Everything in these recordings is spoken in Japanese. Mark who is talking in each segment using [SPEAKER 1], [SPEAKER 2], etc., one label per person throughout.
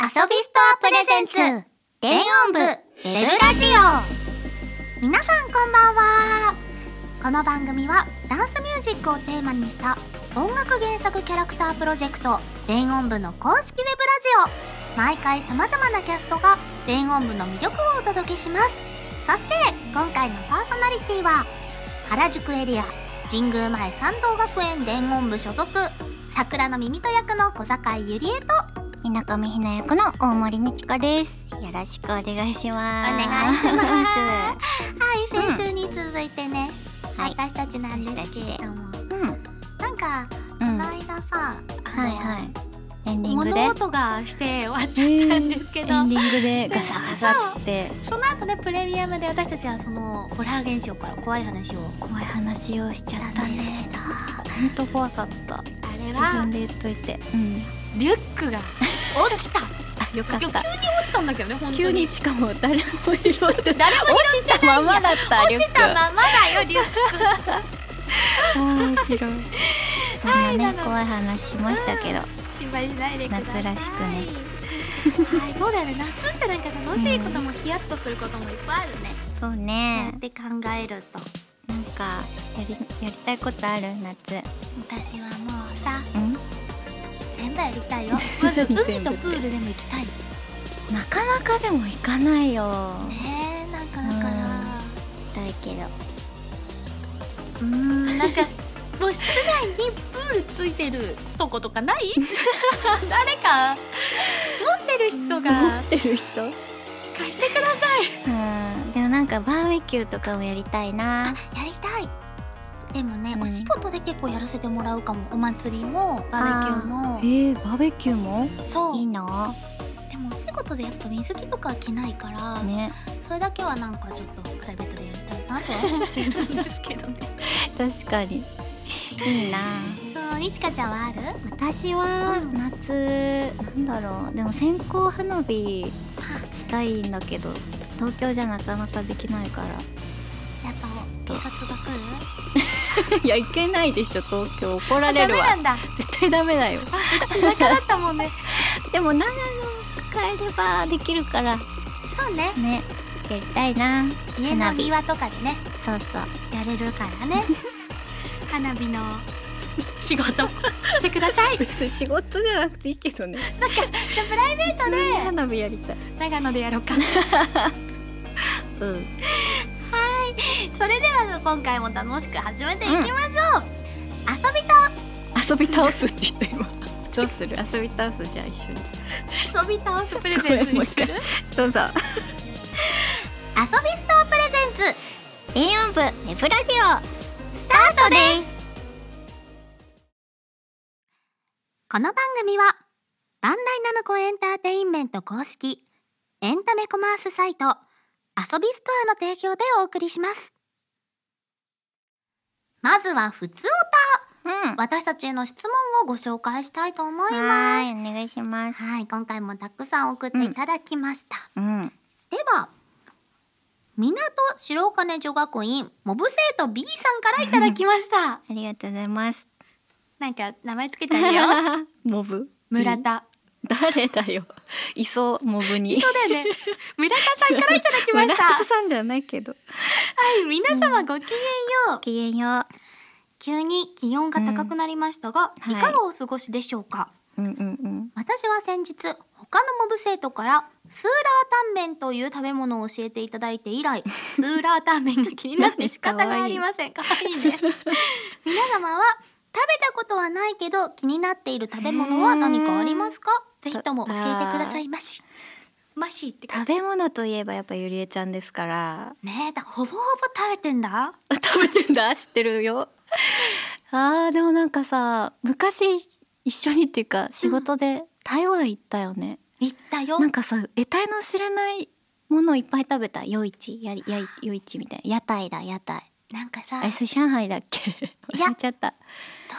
[SPEAKER 1] 遊びストアプレゼンツ電音部ウェブラジオ皆さんこんばんはこの番組はダンスミュージックをテーマにした音楽原作キャラクタープロジェクト電音部の公式ウェブラジオ毎回さまざまなキャストが電音部の魅力をお届けしますそして今回のパーソナリティは原宿エリア神宮前三道学園伝音部所属桜の耳と役の小坂井ゆりえと
[SPEAKER 2] みなかみひな役の大森にちかです。よろしくお願いします。
[SPEAKER 1] お願いします
[SPEAKER 2] は
[SPEAKER 1] はい先週に続いてね、
[SPEAKER 2] はい
[SPEAKER 1] 私たちなんですけれども、
[SPEAKER 2] い。うん。うん。
[SPEAKER 1] なんかこの
[SPEAKER 2] は
[SPEAKER 1] 間さ、
[SPEAKER 2] いはい。エンディングで。
[SPEAKER 1] 物音がして終わっちゃったんですけ
[SPEAKER 2] エ
[SPEAKER 1] ど、
[SPEAKER 2] ンディングでガサガサっつって
[SPEAKER 1] その後ねプレミアムで私たちはそのホラー現象から怖い話を
[SPEAKER 2] 怖い話をしちゃ
[SPEAKER 1] な
[SPEAKER 2] っ
[SPEAKER 1] ん
[SPEAKER 2] たん
[SPEAKER 1] で
[SPEAKER 2] ですす
[SPEAKER 1] けど、
[SPEAKER 2] け
[SPEAKER 1] あ
[SPEAKER 2] ど。本当怖かった。
[SPEAKER 1] れ
[SPEAKER 2] 自
[SPEAKER 1] は
[SPEAKER 2] 分で言っといて。うん。
[SPEAKER 1] リュックが落ちた。
[SPEAKER 2] あ、よかっ
[SPEAKER 1] 今日急に落
[SPEAKER 2] た。
[SPEAKER 1] ちたんだけどね本当に。
[SPEAKER 2] 急にしかも誰もいそうって落
[SPEAKER 1] 誰も
[SPEAKER 2] ちたままだったリュ
[SPEAKER 1] 落
[SPEAKER 2] ッ
[SPEAKER 1] ちたままだよリュック。
[SPEAKER 2] ク。面白い。そん
[SPEAKER 1] はいなの
[SPEAKER 2] なね
[SPEAKER 1] で
[SPEAKER 2] 怖い話しましたけど。
[SPEAKER 1] 心配しないでください
[SPEAKER 2] 夏らしく
[SPEAKER 1] ねはいどうだよね夏ってなんか楽しいこともヒヤッとすることもいっぱいあるね、
[SPEAKER 2] そう
[SPEAKER 1] や
[SPEAKER 2] ね
[SPEAKER 1] っ。て考えると
[SPEAKER 2] なんかやりやりたいことある夏
[SPEAKER 1] 私はもうさ
[SPEAKER 2] うん
[SPEAKER 1] 全部やりたい よまず海
[SPEAKER 2] 全
[SPEAKER 1] と
[SPEAKER 2] 部って
[SPEAKER 1] プールでも行きたいね
[SPEAKER 2] なかなかでも行かないよ行
[SPEAKER 1] えなんかだから
[SPEAKER 2] きたいけど
[SPEAKER 1] うーんなんかもう室内にプールついてるとことかない誰か持ってる人が
[SPEAKER 2] てる人う
[SPEAKER 1] 貸してください
[SPEAKER 2] んでもなんかバーベキューとかもやりたい
[SPEAKER 1] あ
[SPEAKER 2] な
[SPEAKER 1] やりたいでもね、
[SPEAKER 2] うん
[SPEAKER 1] お仕事で結構やらせてもらうかもお祭りもバーベキューも
[SPEAKER 2] えー、バーベキューも
[SPEAKER 1] そう
[SPEAKER 2] いいの
[SPEAKER 1] でもお仕事でやっぱ水着とかは着ないから、
[SPEAKER 2] ね
[SPEAKER 1] それだけはなんかちょっとプライベートでやりたいなとは思ってるんですけどね
[SPEAKER 2] 確かにいいな
[SPEAKER 1] そういちかちゃんはある
[SPEAKER 2] 私は
[SPEAKER 1] うん
[SPEAKER 2] 夏なんだろうでも線香花火したいんだけど東京じゃなかなかできないから
[SPEAKER 1] やっぱ警察が来る
[SPEAKER 2] いや行けないでしょ東京怒ら
[SPEAKER 1] ダメなんだ
[SPEAKER 2] 絶対ダメだよ
[SPEAKER 1] 田舎だったもんね
[SPEAKER 2] でも長野帰ればできるから
[SPEAKER 1] そうね
[SPEAKER 2] ねやりたいな
[SPEAKER 1] 家の庭とかでね
[SPEAKER 2] そうそう
[SPEAKER 1] やれるからね花火の仕事してください
[SPEAKER 2] 別に仕事じゃなくていいけどね
[SPEAKER 1] じゃあプライベートで
[SPEAKER 2] 花火やりたい
[SPEAKER 1] 長野でやろうか
[SPEAKER 2] うん
[SPEAKER 1] それでは今回も楽しく始めていきましょう、遊び
[SPEAKER 2] 遊び倒すって言った今どうする遊び倒すじゃあ一緒
[SPEAKER 1] と
[SPEAKER 2] に
[SPEAKER 1] 遊び倒すプレ
[SPEAKER 2] ごめ
[SPEAKER 1] ゼン
[SPEAKER 2] ん
[SPEAKER 1] ツ
[SPEAKER 2] もう
[SPEAKER 1] に
[SPEAKER 2] 一
[SPEAKER 1] する
[SPEAKER 2] 回どうぞ
[SPEAKER 1] 遊びストアプレゼンツ
[SPEAKER 2] 電音部ウェブラジオ
[SPEAKER 1] スタートですこの番組はバンダイナムコエンターテインメント公式エンタメコマースサイト遊びストアの提供でお送りしますまずは普通
[SPEAKER 2] うん
[SPEAKER 1] 歌私たちへの質問をご紹介したいと思います
[SPEAKER 2] はいお願いします
[SPEAKER 1] はい、今回もたくさん送っていただきました。
[SPEAKER 2] うん
[SPEAKER 1] では、港白金女学院モブ生徒 B さんからいただきました。
[SPEAKER 2] ありがとうござい ます
[SPEAKER 1] なんか名前つけてあげよう。
[SPEAKER 2] モブ
[SPEAKER 1] 村田。
[SPEAKER 2] 誰だよいそうモブに
[SPEAKER 1] そうだよね。 村田さんからいただきました。は
[SPEAKER 2] さんじゃないけど
[SPEAKER 1] い、皆様ごきげんよう。
[SPEAKER 2] きげんよう
[SPEAKER 1] 急に気温が高くなりましたが、
[SPEAKER 2] うん
[SPEAKER 1] いかがお過ごしでしょうか。
[SPEAKER 2] うんうんうん
[SPEAKER 1] 私は先日他のモブ生徒からスーラータンメンという食べ物を教えていただいて以来 スーラータンメンが気になって仕方がありませんかわいいね皆様は食べたことはないけど気になっている食べ物は何かありますかぜひとも教えてくださいましましってか
[SPEAKER 2] 食べ物といえばやっぱゆりえちゃんですから
[SPEAKER 1] ねえだからほぼほぼ食べてんだ
[SPEAKER 2] 食べてんだ知ってるよあーでもなんかさ昔一緒にっていうか仕事で台湾行ったよね、
[SPEAKER 1] 言ったよ
[SPEAKER 2] なんかさ得体の知れないものいっぱい食べた夜市やや夜市みたいな屋台だ屋台
[SPEAKER 1] なんかさ
[SPEAKER 2] あ
[SPEAKER 1] ど
[SPEAKER 2] れそれ上海だっけ
[SPEAKER 1] いや
[SPEAKER 2] 忘れちゃった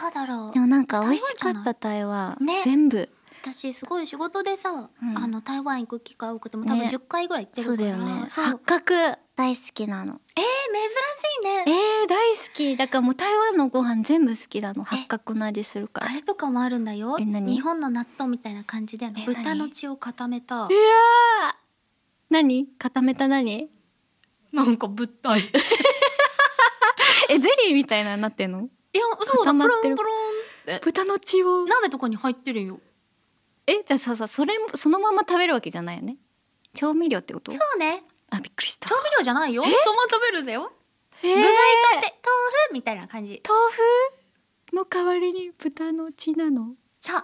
[SPEAKER 1] うだろう
[SPEAKER 2] でもなんか美味しかった台湾
[SPEAKER 1] 台湾じゃないね
[SPEAKER 2] 全部
[SPEAKER 1] 私すごい仕事でさ、
[SPEAKER 2] うん
[SPEAKER 1] あの台湾行く機会多くても多分
[SPEAKER 2] ね
[SPEAKER 1] 10回ぐらい行って
[SPEAKER 2] そう
[SPEAKER 1] るか
[SPEAKER 2] だ
[SPEAKER 1] ら、
[SPEAKER 2] よね
[SPEAKER 1] そう
[SPEAKER 2] 八角大好きなの。
[SPEAKER 3] えー、珍しいね。えー、大好き。だからもう台湾のご飯全部好きなの。八角の味するから。
[SPEAKER 1] あれとかもあるんだよ
[SPEAKER 3] え何
[SPEAKER 1] 日本の納豆みたいな感じであの
[SPEAKER 3] え何
[SPEAKER 1] 豚の血を固めた
[SPEAKER 3] 何固めた何
[SPEAKER 1] なんか物体い
[SPEAKER 3] え、ゼリーみたいなのになってんの
[SPEAKER 1] やそうだ
[SPEAKER 3] 固ま
[SPEAKER 1] プ
[SPEAKER 3] っ
[SPEAKER 1] ロ
[SPEAKER 3] て
[SPEAKER 1] ン
[SPEAKER 3] る
[SPEAKER 1] プロンって
[SPEAKER 3] 豚の血を。
[SPEAKER 1] 鍋とかに入ってるよ
[SPEAKER 3] え、じゃあさ、さそれも、そのまま食べるわけじゃないよね。調味料ってこと
[SPEAKER 1] そうね
[SPEAKER 3] あ、びっくりした
[SPEAKER 1] 調。味料じゃないよそのまま食べるんだよ
[SPEAKER 3] 具
[SPEAKER 1] 具材として豆腐みたいな感じ
[SPEAKER 3] 豆腐の代わりに豚の血なの
[SPEAKER 1] そう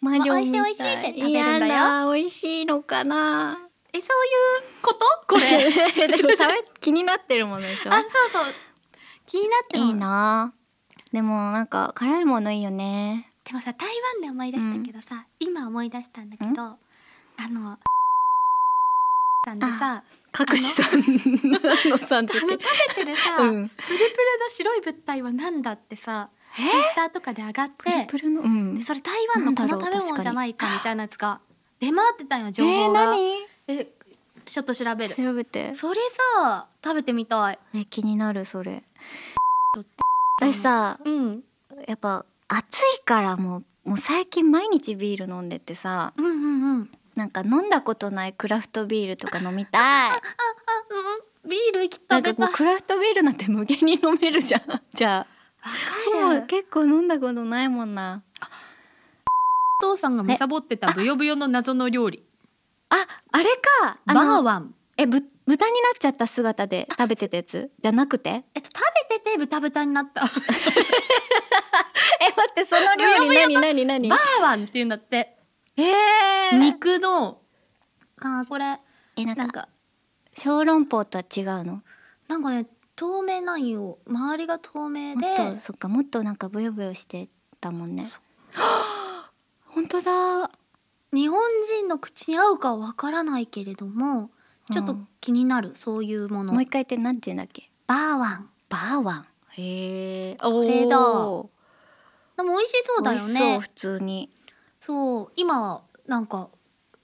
[SPEAKER 3] 魔
[SPEAKER 1] 女みたい
[SPEAKER 2] やだ、美味しいのかな。
[SPEAKER 1] えそういうことこ れ
[SPEAKER 3] でも食べ気になってるものでしょ
[SPEAKER 1] あそうそう気になっても
[SPEAKER 2] いいな。でもなんか辛いものいいよね。
[SPEAKER 1] でもさ台湾で思い出したけどさ、今思い出したんだけどあの さんでさ
[SPEAKER 3] 隠しさん のさん付
[SPEAKER 1] 食べ
[SPEAKER 3] け
[SPEAKER 1] てるさ、
[SPEAKER 3] うん
[SPEAKER 1] プルプルの白い物体はなんだってさツイッターとかで上がっ
[SPEAKER 3] プル
[SPEAKER 1] て
[SPEAKER 3] プルのう
[SPEAKER 1] で
[SPEAKER 3] ん
[SPEAKER 1] それ台湾のこ
[SPEAKER 3] な
[SPEAKER 1] の
[SPEAKER 3] んだろう
[SPEAKER 1] 食べ物じゃないかみたいなやつが出回ってたんよ情報が、えちょっと調べる
[SPEAKER 2] 調べて。
[SPEAKER 1] それさ食べてみたい
[SPEAKER 2] え気になるそ れ。私さ、
[SPEAKER 1] うん
[SPEAKER 2] やっぱ暑いからもうもう最近毎日ビール飲んでてさ、
[SPEAKER 1] うんうんうんうん
[SPEAKER 2] なんか飲んだことないクラフトビールとか飲み たい。
[SPEAKER 1] ビール行き
[SPEAKER 3] なん
[SPEAKER 1] 食べ
[SPEAKER 3] か
[SPEAKER 1] た
[SPEAKER 3] も
[SPEAKER 1] いう
[SPEAKER 3] クラフトビールなんて無限に飲める じゃんじゃあ
[SPEAKER 1] わ
[SPEAKER 3] もう結構飲んだことないもんな
[SPEAKER 1] お父さんがむさぼってたブヨブヨの謎の料理
[SPEAKER 3] ああれか
[SPEAKER 1] バ
[SPEAKER 3] あ
[SPEAKER 1] ー
[SPEAKER 3] の
[SPEAKER 1] ワン
[SPEAKER 2] えぶ豚になっちゃった姿で食べてたやつじゃなくて？ え
[SPEAKER 1] えっと食べてて豚豚になったバ
[SPEAKER 2] 待ってその
[SPEAKER 1] 料理
[SPEAKER 2] 何何何
[SPEAKER 1] ーワンっていうんだって
[SPEAKER 3] えー
[SPEAKER 1] 肉のあーこれ
[SPEAKER 2] えなん
[SPEAKER 1] なん
[SPEAKER 2] か
[SPEAKER 1] か
[SPEAKER 2] 小籠包とは違うの？
[SPEAKER 1] なんかね透明なんよ周りが透明
[SPEAKER 2] も
[SPEAKER 1] で
[SPEAKER 2] っとそっかもっとなんかブヨブヨしてたもんね。
[SPEAKER 3] 本当だ
[SPEAKER 1] 日本人の口に合うかはわからないけれどもちょっと気になる、そういうもの
[SPEAKER 2] もう一回言ってなんて言うんだっけ？
[SPEAKER 1] バーワン
[SPEAKER 2] バーワン。へえ。
[SPEAKER 3] こ
[SPEAKER 1] れだでも美味しそうだよ
[SPEAKER 2] 美味しそう
[SPEAKER 1] ね
[SPEAKER 2] 普通に。
[SPEAKER 1] そう今なんか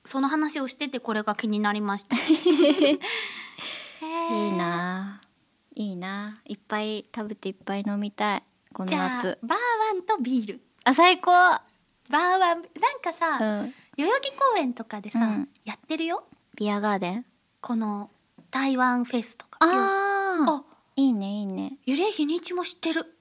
[SPEAKER 1] その話をしててこれが気になりました
[SPEAKER 2] い
[SPEAKER 1] い
[SPEAKER 2] いなあ。いいなあ。いっぱい食べていっぱい飲みたい。この
[SPEAKER 1] じゃあバー
[SPEAKER 2] 夏。
[SPEAKER 1] ワンとビール
[SPEAKER 2] あ最高。
[SPEAKER 1] バーワンなんかさ、
[SPEAKER 2] うん。
[SPEAKER 1] 代々木公園とかでさ、
[SPEAKER 2] うん
[SPEAKER 1] やってるよ
[SPEAKER 2] ビアガーデン。
[SPEAKER 1] この台湾フェスとか
[SPEAKER 2] ああ
[SPEAKER 1] あ
[SPEAKER 2] いいねいいね
[SPEAKER 1] ゆれ日にちも知って る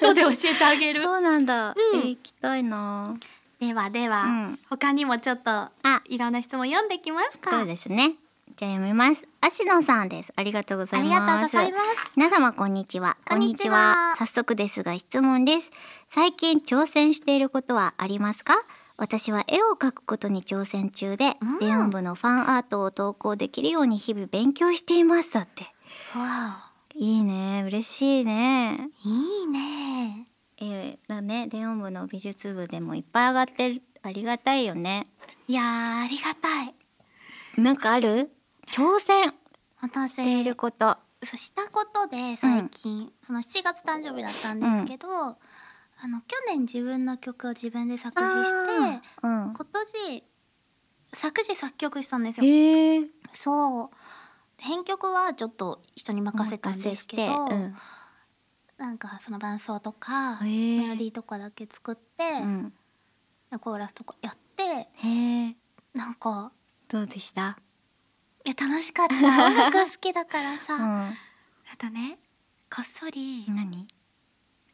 [SPEAKER 1] 後で教えてあげる
[SPEAKER 2] そうなん
[SPEAKER 1] う
[SPEAKER 2] だ、
[SPEAKER 1] ん
[SPEAKER 2] えー行きたいな
[SPEAKER 1] ではでは、
[SPEAKER 2] うん
[SPEAKER 1] 他にもちょっと
[SPEAKER 2] あ
[SPEAKER 1] いろんな質問読んできますか
[SPEAKER 2] そうですねじゃあ読みます芦野さんですありがとうござ
[SPEAKER 1] あ
[SPEAKER 2] い
[SPEAKER 1] り
[SPEAKER 2] ます
[SPEAKER 1] がとうございます
[SPEAKER 2] 皆様こんにちは
[SPEAKER 1] こんにちは
[SPEAKER 2] 早速ですが質問です最近挑戦していることはありますか私は絵を描くことに挑戦中で、
[SPEAKER 1] うん
[SPEAKER 2] 電音部のファンアートを投稿できるように日々勉強していますだって
[SPEAKER 1] わ
[SPEAKER 2] いいね嬉しいね
[SPEAKER 1] おいいね
[SPEAKER 2] えー、だね電音部の美術部でもいっぱい上がってるありがたいよね
[SPEAKER 1] いやーありがたい
[SPEAKER 2] なんかある挑戦
[SPEAKER 1] 私
[SPEAKER 2] していること。
[SPEAKER 1] そうしたことで最近、その7月誕生日だったんですけど、あの去年自分の曲を自分で作詞して
[SPEAKER 2] うん。
[SPEAKER 1] 今年作詞作曲したんですよ、
[SPEAKER 2] へえ。
[SPEAKER 1] そう編曲はちょっと人に任せたんですけど、
[SPEAKER 2] うん。
[SPEAKER 1] なんかその伴奏とか
[SPEAKER 2] へ
[SPEAKER 1] メ
[SPEAKER 2] ー
[SPEAKER 1] ロディーとかだけ作って、
[SPEAKER 2] うん。
[SPEAKER 1] コーラスとかやって
[SPEAKER 2] へえ。
[SPEAKER 1] なんか
[SPEAKER 2] どうでした？
[SPEAKER 1] いや楽しかった 音楽好きだからさ、
[SPEAKER 2] う
[SPEAKER 1] あ
[SPEAKER 2] ん。
[SPEAKER 1] とねこっそり
[SPEAKER 2] 何？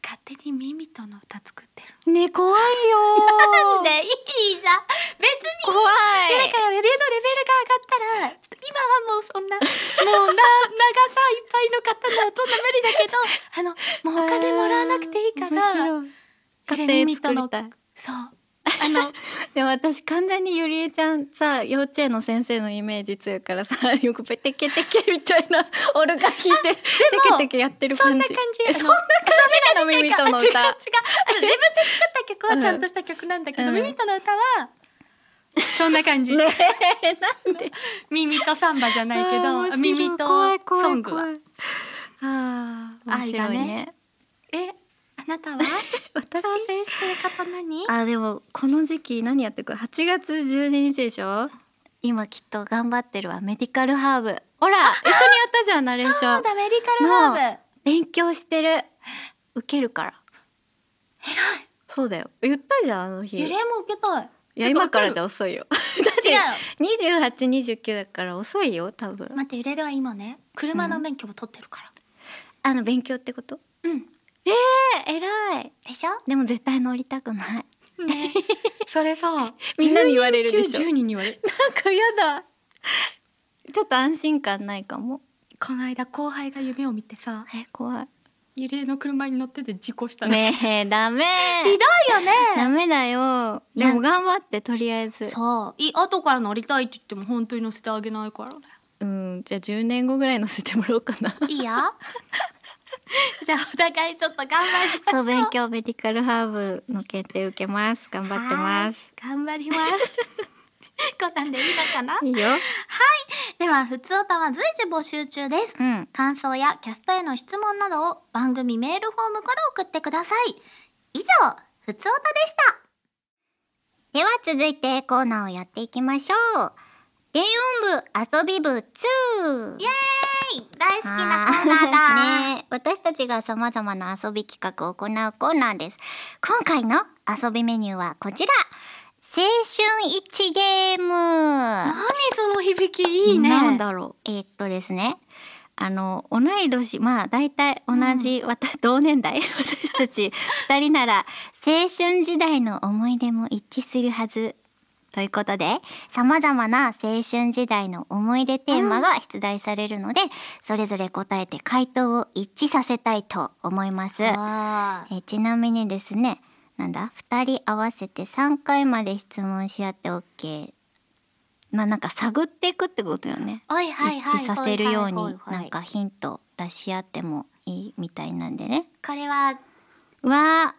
[SPEAKER 1] 勝手にミミとの歌作ってる
[SPEAKER 3] ね怖いよ
[SPEAKER 1] なんでいいじゃん別に
[SPEAKER 3] 怖
[SPEAKER 1] いや
[SPEAKER 3] い
[SPEAKER 1] だからレのレベルが上がったらちょっと今はもうそんなもうな長さいっぱいの方の音の無理だけどあのもうお金もらわなくていいから
[SPEAKER 3] 面白い
[SPEAKER 1] ゆれ
[SPEAKER 3] 家
[SPEAKER 1] み
[SPEAKER 3] 庭
[SPEAKER 1] と
[SPEAKER 3] 作
[SPEAKER 1] の
[SPEAKER 3] りたい
[SPEAKER 1] そうあの
[SPEAKER 2] でも私完全にゆりえちゃんさ幼稚園の先生のイメージ強いからさ よくペテケテケみたいなオルガ弾いてテケテケやってる
[SPEAKER 1] そん
[SPEAKER 2] 感
[SPEAKER 1] な
[SPEAKER 2] じ。
[SPEAKER 1] 感
[SPEAKER 2] え
[SPEAKER 1] じ
[SPEAKER 2] そんな感じなのミミとの
[SPEAKER 1] 違う違うあの
[SPEAKER 2] 歌。
[SPEAKER 1] 自分で作った曲はちゃんとした曲なんだけど、
[SPEAKER 2] うん
[SPEAKER 1] ミミとの歌はそんな 感じ、ミミとサンバじゃないけ
[SPEAKER 3] あー面白
[SPEAKER 1] どミミとソングは
[SPEAKER 3] 怖い怖いあー面
[SPEAKER 1] 愛が
[SPEAKER 3] 白い
[SPEAKER 1] ね
[SPEAKER 3] ね
[SPEAKER 1] えあなたは挑
[SPEAKER 2] 私
[SPEAKER 1] 戦してる方何
[SPEAKER 2] あでもこの時期何やってくる8月12日でしょ今きっと頑張ってるわメディカルハーブほら一緒にやったじゃんナレーション
[SPEAKER 1] だメディカ
[SPEAKER 2] な勉強してる受けるから
[SPEAKER 1] 偉い
[SPEAKER 2] そうだよ言ったじゃんあの日
[SPEAKER 1] 揺れ
[SPEAKER 2] い
[SPEAKER 1] も受けたい
[SPEAKER 2] や今からじゃ遅い よ2829だから遅いよ多分
[SPEAKER 1] 待って揺れでは今ね車の免許も取ってるか
[SPEAKER 2] あの勉強ってこと
[SPEAKER 1] らうん
[SPEAKER 2] え偉い
[SPEAKER 1] でしょ
[SPEAKER 2] でも絶対乗りたくない
[SPEAKER 1] ね それさ
[SPEAKER 2] みんなに言われるでしょ
[SPEAKER 1] 10人に言われる
[SPEAKER 2] なんかやだちょっと安心感ないかも
[SPEAKER 1] この間後輩が夢を見てさ
[SPEAKER 2] え怖い
[SPEAKER 1] 揺れの車に乗ってて事故した
[SPEAKER 2] ねえダメ
[SPEAKER 1] ひどいよね
[SPEAKER 2] ダメだよでも頑張ってとりあえず
[SPEAKER 1] そうい後から乗りたいって言っても本当に乗せてあげないからね
[SPEAKER 2] うんじゃあ10年後ぐらい乗せてもらおうかな い
[SPEAKER 1] いよじゃあお互いちょっと頑張りましょ
[SPEAKER 2] そうう勉強メディカルハーブの検定受けます頑張ってます
[SPEAKER 1] はい頑張ります こんなんでいいのかない
[SPEAKER 2] いよ
[SPEAKER 1] ではふつおたは随時募集中です
[SPEAKER 2] うん
[SPEAKER 1] 感想やキャストへの質問などを番組メールフォームから送ってください以上ふつおたでした
[SPEAKER 4] では続いてコーナーをやっていきましょう。電音部遊び部2。
[SPEAKER 1] イエーイ大好きな
[SPEAKER 4] あー
[SPEAKER 1] コーナー だ、
[SPEAKER 4] ね、私たちが様々な遊び企画を行うコーナーです。今回の遊びメニューはこちら。青春一ゲーム。
[SPEAKER 1] 何その響きいいね
[SPEAKER 2] なんだろ
[SPEAKER 4] えーっとですね。あの、同い年、まあ大体同じ、わた同年代、 私たち二人なら、青春時代の思い出も一致するはず。ということで、様々な青春時代の思い出テーマが出題されるので、それぞれ答えて回答を一致させたいと思います。
[SPEAKER 1] あ
[SPEAKER 4] えーちなみにですねなんだ2人合わせて3回まで質問し合って OK まあなんか探っていくってことよね、
[SPEAKER 1] おいはいはい
[SPEAKER 4] 一致させるよう
[SPEAKER 1] ほい
[SPEAKER 4] に
[SPEAKER 1] ほいほいほい
[SPEAKER 4] なんかヒント出し合ってもいいみたいなんでね
[SPEAKER 1] これはで
[SPEAKER 4] わ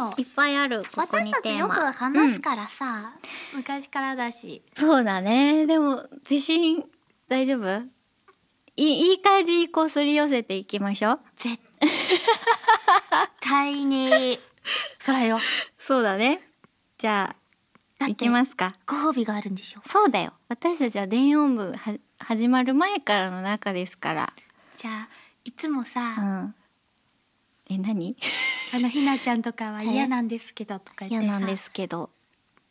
[SPEAKER 1] も
[SPEAKER 4] ーいっぱいあるここ
[SPEAKER 1] 私
[SPEAKER 4] に
[SPEAKER 1] た
[SPEAKER 4] テ
[SPEAKER 1] ち
[SPEAKER 4] ー
[SPEAKER 1] よく
[SPEAKER 4] マ
[SPEAKER 1] 話すからさ、昔からだし
[SPEAKER 2] うそうだねでも自信大丈夫いいい感じにこうすり寄せていきましょう
[SPEAKER 1] 絶対にそらよ
[SPEAKER 2] そうだねじゃ
[SPEAKER 1] だ
[SPEAKER 2] あ
[SPEAKER 1] って
[SPEAKER 2] いきますか
[SPEAKER 1] ご褒美があるんでしょ
[SPEAKER 2] そうだよ私たちは電音部は始まる前からの中ですから
[SPEAKER 1] じゃあいつもさ、
[SPEAKER 4] うんうん
[SPEAKER 2] え何
[SPEAKER 1] あのひなちゃんとかは嫌なんですけどとか
[SPEAKER 4] 嫌
[SPEAKER 1] 言って
[SPEAKER 4] な
[SPEAKER 1] さ
[SPEAKER 4] んですけど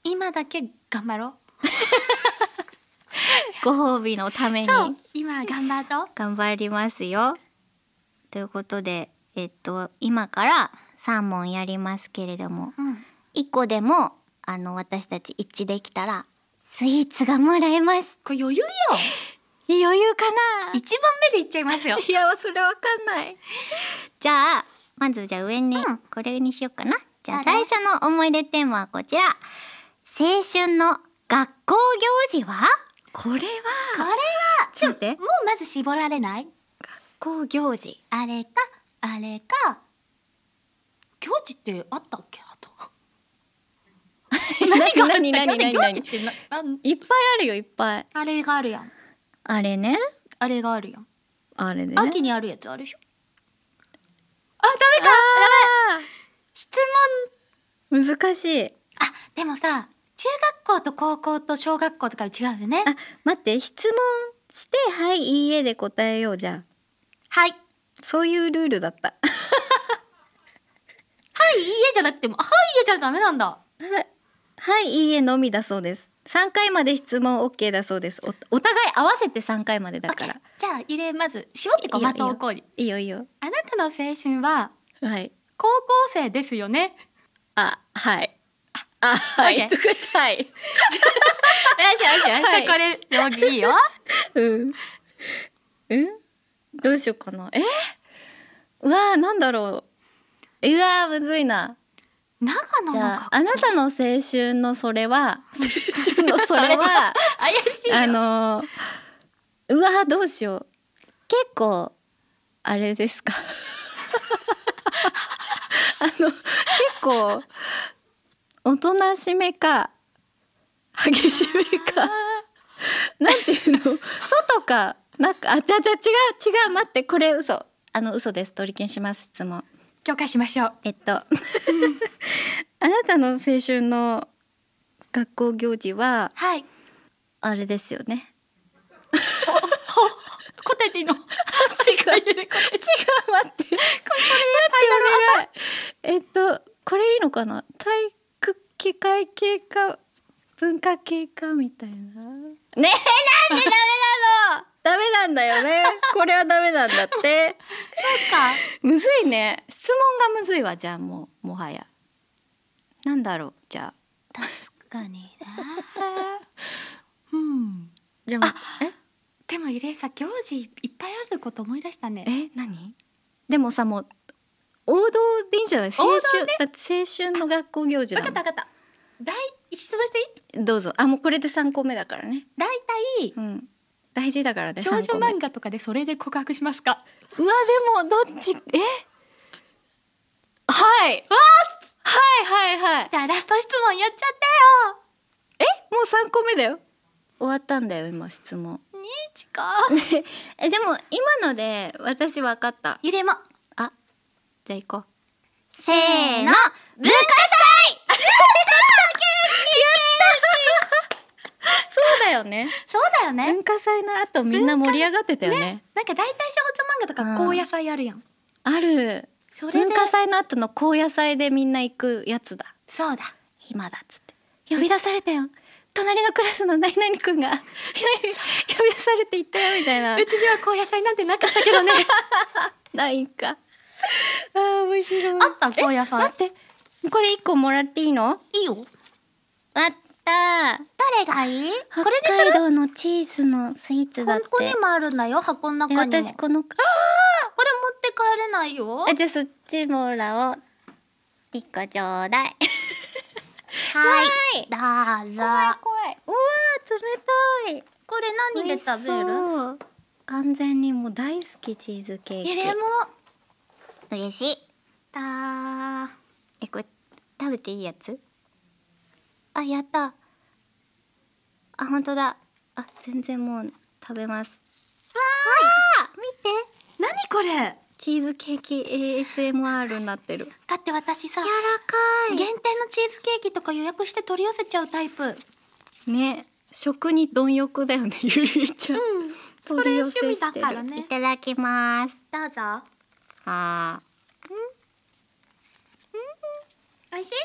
[SPEAKER 1] 今だけ頑張ろ
[SPEAKER 2] ご褒美のた
[SPEAKER 1] う
[SPEAKER 2] めに
[SPEAKER 1] そう今頑張ろう
[SPEAKER 4] 頑張りますよということでえっと今から3問やりますけれども
[SPEAKER 1] うん
[SPEAKER 4] 一個でもあの私たち一致できたらスイーツがもらえます。
[SPEAKER 1] これ余裕よ
[SPEAKER 2] 余裕か な
[SPEAKER 1] 一番目でいっちゃいま すよ
[SPEAKER 2] いやそれわかんない
[SPEAKER 4] じゃあまずじゃあ上に、
[SPEAKER 1] ん
[SPEAKER 4] これにしようかな。じゃあ
[SPEAKER 1] ど
[SPEAKER 4] 最
[SPEAKER 1] れ
[SPEAKER 4] 初の思い出テーマはこちら。青春の学校行事は？
[SPEAKER 2] これは
[SPEAKER 1] これは
[SPEAKER 2] ちょっと待って
[SPEAKER 1] もうまず絞られない
[SPEAKER 2] こう行事
[SPEAKER 1] あれかあれか行事ってあったっけあと
[SPEAKER 2] 何が 何
[SPEAKER 1] 何
[SPEAKER 2] 何
[SPEAKER 1] 行事
[SPEAKER 2] 何
[SPEAKER 1] ってななん
[SPEAKER 2] いっぱいあるよいっぱい
[SPEAKER 1] あれがあるやん
[SPEAKER 4] あれね。
[SPEAKER 1] あれがあるやん
[SPEAKER 2] あれね
[SPEAKER 1] 秋にあるやつあるでしょあダメかやばい質問
[SPEAKER 2] 難しい
[SPEAKER 1] あでもさ中学校と高校と小学校とかは違うよね
[SPEAKER 2] あ待って質問してはいいいえで答えようじゃあ
[SPEAKER 1] はい
[SPEAKER 2] そういうルールだった
[SPEAKER 1] はいいいえじゃなくてもあはいいえじゃダメなんだ
[SPEAKER 2] はいいいえのみだそうです3回まで質問 OK だそうですおお互い合わせて3回までだから
[SPEAKER 1] OK じゃあ入れまず絞ってこ
[SPEAKER 2] いいよ
[SPEAKER 1] 的をこうに
[SPEAKER 2] いいよいいよ
[SPEAKER 1] あなたの青春は
[SPEAKER 2] はい
[SPEAKER 1] 高校生ですよね
[SPEAKER 2] あはいあは
[SPEAKER 1] OK
[SPEAKER 2] いとかはい
[SPEAKER 1] よしよしよし、
[SPEAKER 2] はい
[SPEAKER 1] これでもいいよ
[SPEAKER 2] うん。うんどうしようかな。えうわーなんだろう。うわーむずいな。
[SPEAKER 1] 長野
[SPEAKER 2] じ
[SPEAKER 1] の
[SPEAKER 2] ゃあ
[SPEAKER 1] 学、校
[SPEAKER 2] あなたの青春のそれは、青春 のそれは、
[SPEAKER 1] 怪しいよ
[SPEAKER 2] あのー、うわーどうしよう。結構、あれで すか。あの、結構、おとなしめか、激しめか。 なんていうの外かなんかあじゃあじゃあ違う違う待ってこれ嘘あの嘘です取り消します質問
[SPEAKER 1] 許可しましょう
[SPEAKER 2] えっとあ なたの青春の学校行事は
[SPEAKER 1] はい
[SPEAKER 2] あれですよね
[SPEAKER 5] 答えていいの違う違う
[SPEAKER 2] 待ってこれ待ってお願いえっとこれいいのかな体育機会系か文化系かみたいなねえなんでダメなのダメなんだよねこれはダメなんだってむずいね質問がむずいわじゃあもうもはやなんだろうじゃあ
[SPEAKER 4] 確かに
[SPEAKER 1] うん
[SPEAKER 2] でも
[SPEAKER 1] でもゆれさ行事いっぱいあること思い出したね
[SPEAKER 2] え何でもさもう王道でいいんじゃない青春、だって青春の学校行事
[SPEAKER 1] わ
[SPEAKER 2] だ
[SPEAKER 1] か
[SPEAKER 2] も
[SPEAKER 1] っ
[SPEAKER 2] ん
[SPEAKER 1] たわかった第一質問していい
[SPEAKER 2] どうぞあもうこれで3個目だからね
[SPEAKER 1] 大体
[SPEAKER 2] うん大事だからね
[SPEAKER 1] 少女
[SPEAKER 2] 三個目
[SPEAKER 1] 漫画とかでそれで告白しますか
[SPEAKER 2] うわでもどっちえはいはいはいはい
[SPEAKER 1] じゃあラスト質問やっちゃっ
[SPEAKER 2] えもう三個目だよ終わったんだよ今質問
[SPEAKER 1] てよにーちこ
[SPEAKER 2] えでも今ので私分かった
[SPEAKER 1] ゆれも
[SPEAKER 2] じゃあ行こう
[SPEAKER 4] せーの
[SPEAKER 1] 文化
[SPEAKER 2] そうだよね
[SPEAKER 1] そうだよね
[SPEAKER 2] 文化祭の後みんな盛り上がってたよね
[SPEAKER 1] なんか大体少女漫画とか高野菜あるやん
[SPEAKER 2] ある
[SPEAKER 1] それで
[SPEAKER 2] 文化祭の後の高野祭でみんな行くやつだ
[SPEAKER 1] そうだ
[SPEAKER 2] 暇だっつって呼び出されたよ隣のクラスの何々くんが呼び出されて行ったよみたいな
[SPEAKER 1] うちには高野菜なんてなかったけどね
[SPEAKER 2] ないんかあー面白い
[SPEAKER 1] あった高野
[SPEAKER 2] 待
[SPEAKER 1] 菜
[SPEAKER 2] ってこれ一個もらっていいの
[SPEAKER 1] いいよ
[SPEAKER 4] 割った
[SPEAKER 1] 誰がいい
[SPEAKER 4] これで北海道のチーズのスイーツだっ
[SPEAKER 1] ここに
[SPEAKER 4] て
[SPEAKER 1] もあるんだよ箱の
[SPEAKER 2] え
[SPEAKER 1] 中にも
[SPEAKER 2] 私この
[SPEAKER 1] これ持って帰れないよ
[SPEAKER 4] あじゃあそっちもらおう一個ちょうだい
[SPEAKER 1] はいどうぞ
[SPEAKER 4] 怖いうわー冷
[SPEAKER 1] これ何で食
[SPEAKER 4] 美
[SPEAKER 1] べ
[SPEAKER 4] 味し
[SPEAKER 1] る
[SPEAKER 2] そう完全にもう大好きチーズケーキ
[SPEAKER 1] ゆれも
[SPEAKER 4] たい嬉しい
[SPEAKER 1] だー
[SPEAKER 4] えこれ食べていいやつあやったあ本当だあ全然もう食べますわー見て
[SPEAKER 1] 何これだ
[SPEAKER 2] チーズケーキ ASMR になってる
[SPEAKER 1] って私さ
[SPEAKER 4] 柔らかい
[SPEAKER 1] 限定のチーズケーキとか予約して取り寄せちゃうタイプ
[SPEAKER 2] ね食に貪欲だよね ゆりえちゃん、
[SPEAKER 1] そ
[SPEAKER 2] 取り
[SPEAKER 1] れ
[SPEAKER 2] 寄せし
[SPEAKER 1] 趣
[SPEAKER 2] てる
[SPEAKER 1] 味だから
[SPEAKER 4] い
[SPEAKER 1] ね
[SPEAKER 4] ただきます
[SPEAKER 1] どうぞ
[SPEAKER 4] あ
[SPEAKER 1] 美味しい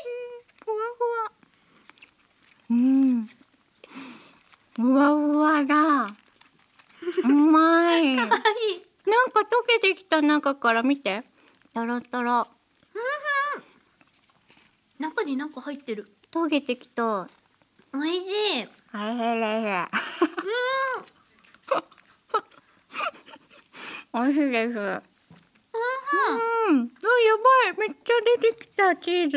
[SPEAKER 2] うんうわうわだ
[SPEAKER 4] ーうまい
[SPEAKER 1] は い
[SPEAKER 2] なんか溶けてきた中から見て
[SPEAKER 4] とろとろ
[SPEAKER 1] 中になんか入ってる
[SPEAKER 4] 溶けてきた
[SPEAKER 1] 美味しい
[SPEAKER 4] あれれれ
[SPEAKER 2] 美味しいですうんうんやばいめっちゃ出てきたチーズ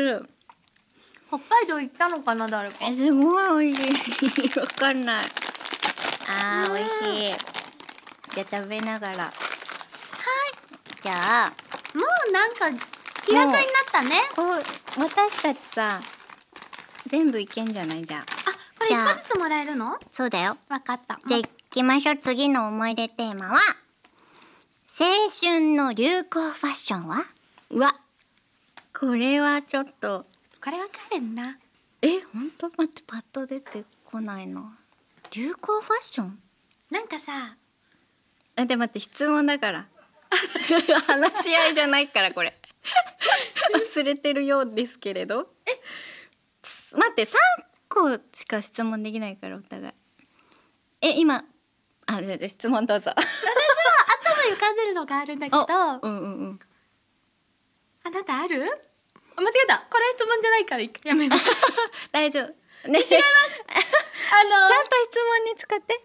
[SPEAKER 1] 北海道行ったのかな誰か
[SPEAKER 2] えすごい美味し いわかんない
[SPEAKER 4] あー美味しいじゃあ食べながらはいじゃあ
[SPEAKER 1] もうなんか気楽になったね
[SPEAKER 2] こう私たちさ全部いけんじゃないじゃん
[SPEAKER 1] あこれ
[SPEAKER 4] じゃあ
[SPEAKER 1] 一個ずつもらえるの
[SPEAKER 4] そうだよ
[SPEAKER 1] わかった
[SPEAKER 4] じゃあ行きましょう次の思い出テーマは青春の流行ファッションは
[SPEAKER 2] うわこれはちょっと
[SPEAKER 1] これわかるんだ
[SPEAKER 2] え本当待って
[SPEAKER 4] パッと出てこないな流行ファッション
[SPEAKER 1] なんかさ
[SPEAKER 2] あで待って質問だから 話し合いじゃないからこれ忘れてるようですけれどつ待って3個しか質問できないからお互いえ今あじゃあじゃあ質問どうぞ
[SPEAKER 1] 頭に浮かんでるのがあるんだけどあ
[SPEAKER 2] うんうんうん
[SPEAKER 1] なたあるあ間違えたこれ質問じゃないからいや めますあの
[SPEAKER 2] 大丈夫ねちゃんと質問に使って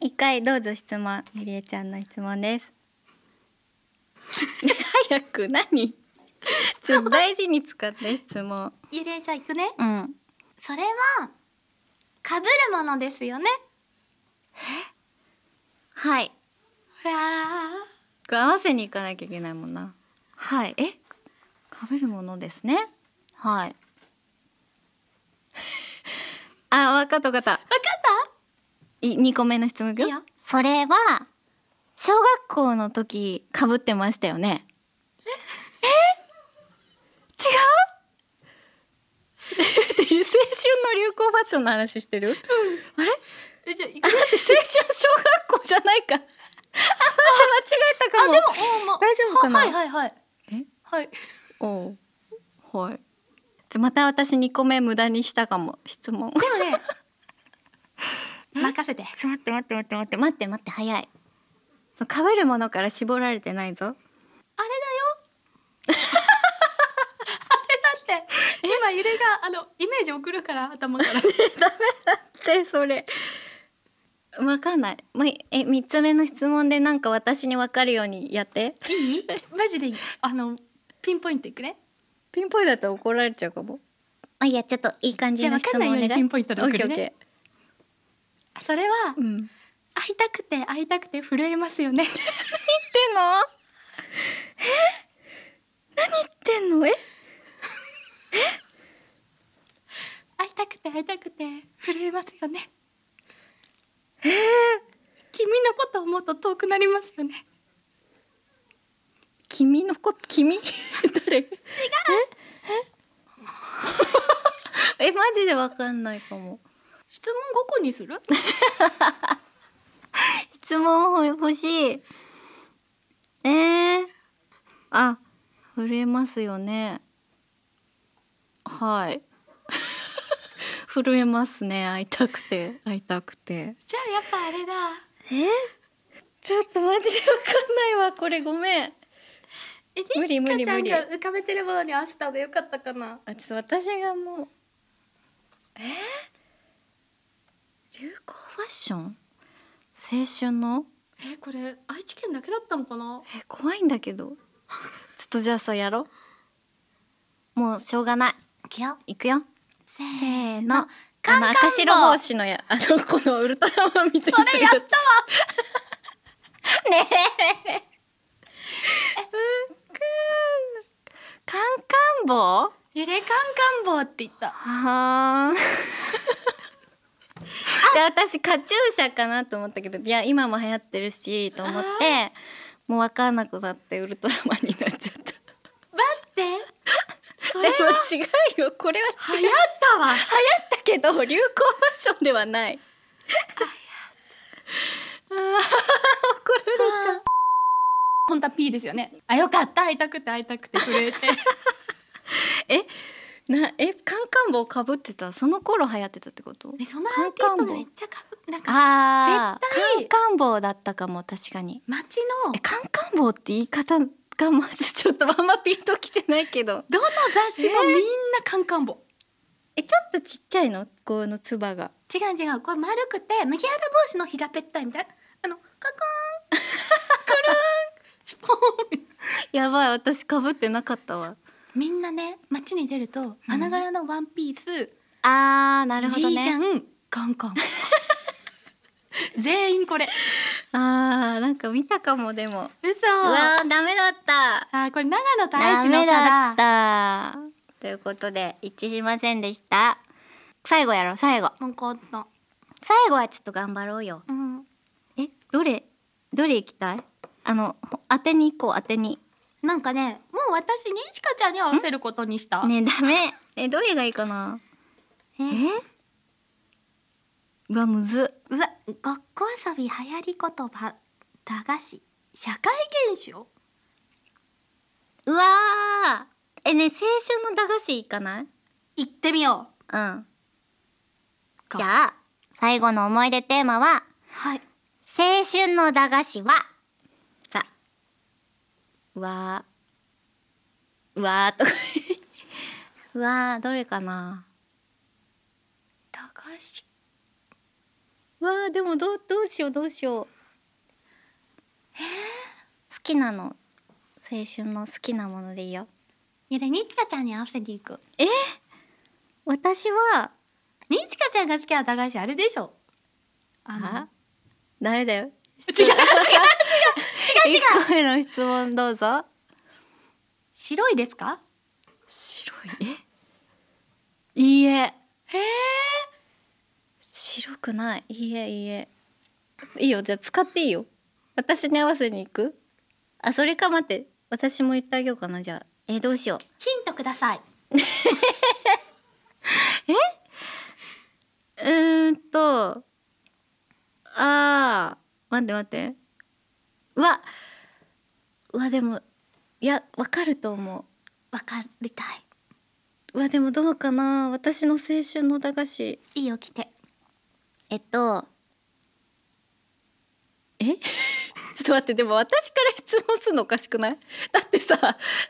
[SPEAKER 2] 一回どうぞ質問ゆりえちゃんの質問です早く何ちょっと大事に使って質問
[SPEAKER 1] ゆれいちゃん行くね
[SPEAKER 2] うん
[SPEAKER 1] それは被るものですよね
[SPEAKER 2] はい
[SPEAKER 1] ほらー
[SPEAKER 2] これ合わせに行かなきゃいけないもんなはいえかべるものですねはいあ分かった分かった
[SPEAKER 1] わかっ
[SPEAKER 2] い2個目の質問いく
[SPEAKER 1] たい
[SPEAKER 2] よ
[SPEAKER 1] いよ
[SPEAKER 2] それは小学校の時かぶってましたよね え違う青春の流行ファッションの話してる
[SPEAKER 1] うちじゃいくら
[SPEAKER 2] 青春小学校じゃない か。あ、間違えたか
[SPEAKER 1] あ
[SPEAKER 2] も。
[SPEAKER 1] でもおー、ま、
[SPEAKER 2] 大丈夫かな
[SPEAKER 1] ははいはいはい
[SPEAKER 2] え
[SPEAKER 1] はい
[SPEAKER 2] おうはいじゃまた私2個目無駄にしたかも質 問
[SPEAKER 1] でも ね任せて
[SPEAKER 2] 待って待って待って待って待って待って早いそうかぶるものから絞られてないぞ
[SPEAKER 1] あれ だよあれだって今揺れがあのイメージ送るから頭から
[SPEAKER 2] でそれわかんない、ま、え3つ目の質問でなんか私にわかるようにやって
[SPEAKER 1] いいマジでいいあのピンポイントいくね
[SPEAKER 2] ピンポイントだったら怒られちゃうかもあいやちょっといい感
[SPEAKER 1] じの質問お願い
[SPEAKER 2] オッ
[SPEAKER 1] オッケ
[SPEAKER 2] ケ
[SPEAKER 1] ー
[SPEAKER 2] ー
[SPEAKER 1] オ
[SPEAKER 2] オ
[SPEAKER 1] ッ
[SPEAKER 2] ッ
[SPEAKER 1] ケ
[SPEAKER 2] ケ
[SPEAKER 1] それは
[SPEAKER 2] ーうん言ってんの
[SPEAKER 1] 会いたくて会いたくて震えますよね
[SPEAKER 2] え何言ってんのえ
[SPEAKER 1] 会いたくて会いたくて震えますよね君のこと思うと遠くなりますよね
[SPEAKER 2] 君のこと君 誰違う ええマジでわかんないかも
[SPEAKER 1] 質問5個に する
[SPEAKER 6] 質問欲しいえー、
[SPEAKER 2] あ震えますよねはい 震えますね会いたくて会いたくて
[SPEAKER 1] じゃあやっぱあれだ
[SPEAKER 2] ちょっとマジでわかんないわこれごめん
[SPEAKER 1] えり
[SPEAKER 2] 無理無理
[SPEAKER 1] ちゃん
[SPEAKER 2] 無理
[SPEAKER 1] が浮かべてるものに合わせた方が良かったかな
[SPEAKER 2] あちょっと私がもうえー、流行ファッション青春の
[SPEAKER 1] えこれ愛知県だけだったのかな
[SPEAKER 2] え怖いんだけどちょっとじゃあさやろう
[SPEAKER 6] もうしょうがない
[SPEAKER 7] いくよ
[SPEAKER 6] いくよ
[SPEAKER 7] せ
[SPEAKER 6] せ
[SPEAKER 7] ー
[SPEAKER 6] ーの
[SPEAKER 2] あの
[SPEAKER 1] カンカン
[SPEAKER 2] 赤白帽子のやあのこのウルトラマンみたいな
[SPEAKER 1] それやったわ
[SPEAKER 2] カンカン帽
[SPEAKER 1] ゆれカンカン帽って言った
[SPEAKER 2] はーんじゃあ私カチューシャかなと思ったけどいや今も流行ってるしと思ってもう分かんなくなってウルトラマンになっちゃった
[SPEAKER 1] 待って そ
[SPEAKER 2] で
[SPEAKER 1] れ
[SPEAKER 2] も
[SPEAKER 1] は
[SPEAKER 2] 違うよこれは違う
[SPEAKER 1] 流行った わ
[SPEAKER 2] 流行ったけど流行ファッションではない。
[SPEAKER 1] 本当は P ですよねあよかった会いたくて会いたくて震えて
[SPEAKER 2] なえカンカン帽かぶってたその頃流行ってたってこと？
[SPEAKER 1] えその
[SPEAKER 2] アーティストがめっ
[SPEAKER 1] ちゃかぶなん
[SPEAKER 2] あ
[SPEAKER 1] 絶対
[SPEAKER 2] カンカン帽だったかも確かに。
[SPEAKER 1] 街の
[SPEAKER 2] えカンカン帽って言い方がまずちょっとあんまピンときてないけど。
[SPEAKER 1] どの雑誌もみんなカンカン帽、
[SPEAKER 2] えちょっとちっちゃいのこのつばが。
[SPEAKER 1] 違う違うこれ丸くて麦わら帽子の平べったいみたいなあのカコーンくるーんシュポーン
[SPEAKER 2] やばい私かぶってなかったわ。
[SPEAKER 1] みんなね街に出ると花柄のワンピース、
[SPEAKER 6] あーなるほ
[SPEAKER 1] ジ
[SPEAKER 6] ど
[SPEAKER 1] ージャ
[SPEAKER 6] ね
[SPEAKER 1] ンカンカン 全員これ
[SPEAKER 2] あーなんか見たかもでも。
[SPEAKER 1] 嘘
[SPEAKER 2] うわーダメだった。
[SPEAKER 1] あーこれ長野と愛
[SPEAKER 6] ダ
[SPEAKER 1] 知の
[SPEAKER 6] メ
[SPEAKER 1] 差だ
[SPEAKER 6] だったということで一致しませんでした最後やろう最後
[SPEAKER 1] なんかあった
[SPEAKER 6] 最後はちょっと頑張ろうよ
[SPEAKER 1] うん
[SPEAKER 6] えどれどれ行きたいあのほ当てに行こう当てに
[SPEAKER 1] なんかねもう私にちかちゃんに合わせることにした、
[SPEAKER 6] ねえダメ えどれがいいかな
[SPEAKER 7] え
[SPEAKER 2] うわむずっ。
[SPEAKER 1] うわ
[SPEAKER 7] ごっこ遊び流行り言葉駄菓子
[SPEAKER 1] 社会現象
[SPEAKER 6] うわーえねえ青春の駄菓子行かないうん
[SPEAKER 1] 行ってみよう
[SPEAKER 6] じゃあ最後の思い出テーマは
[SPEAKER 1] はい
[SPEAKER 6] 青春の駄菓子はさ
[SPEAKER 2] うわー。うわーとか。
[SPEAKER 6] う わーどれかな
[SPEAKER 1] 駄菓子
[SPEAKER 2] うわーでもどうどうしようどうしよう。
[SPEAKER 6] 好きなの青春の好きなものでいいよ
[SPEAKER 1] いやでにちかちゃんに合わせていく
[SPEAKER 6] 私は
[SPEAKER 1] にちかちゃんが好きな駄菓子あれでしょあの
[SPEAKER 2] あダメだよ。
[SPEAKER 1] 違う
[SPEAKER 2] 一 個目の質問どうぞ。
[SPEAKER 1] 白いですか
[SPEAKER 2] 白い。え。いいえ。
[SPEAKER 1] へえ
[SPEAKER 2] 白くない。いいえ、いいえ。いいよ、じゃあ使っていいよ。私に合わせに行く。あ、それか待って。私も言ってあげようかな、じゃあ。
[SPEAKER 6] えどうしよう
[SPEAKER 1] ヒントください
[SPEAKER 2] えうーんと。待って待ってうわうわでもいやわかると思
[SPEAKER 1] わかりたいう
[SPEAKER 2] うわでもどうかな私の青春の駄菓子
[SPEAKER 1] いいよ来て
[SPEAKER 2] えっとえ ちょっと待ってでも私から質問するのおかしくない だってさ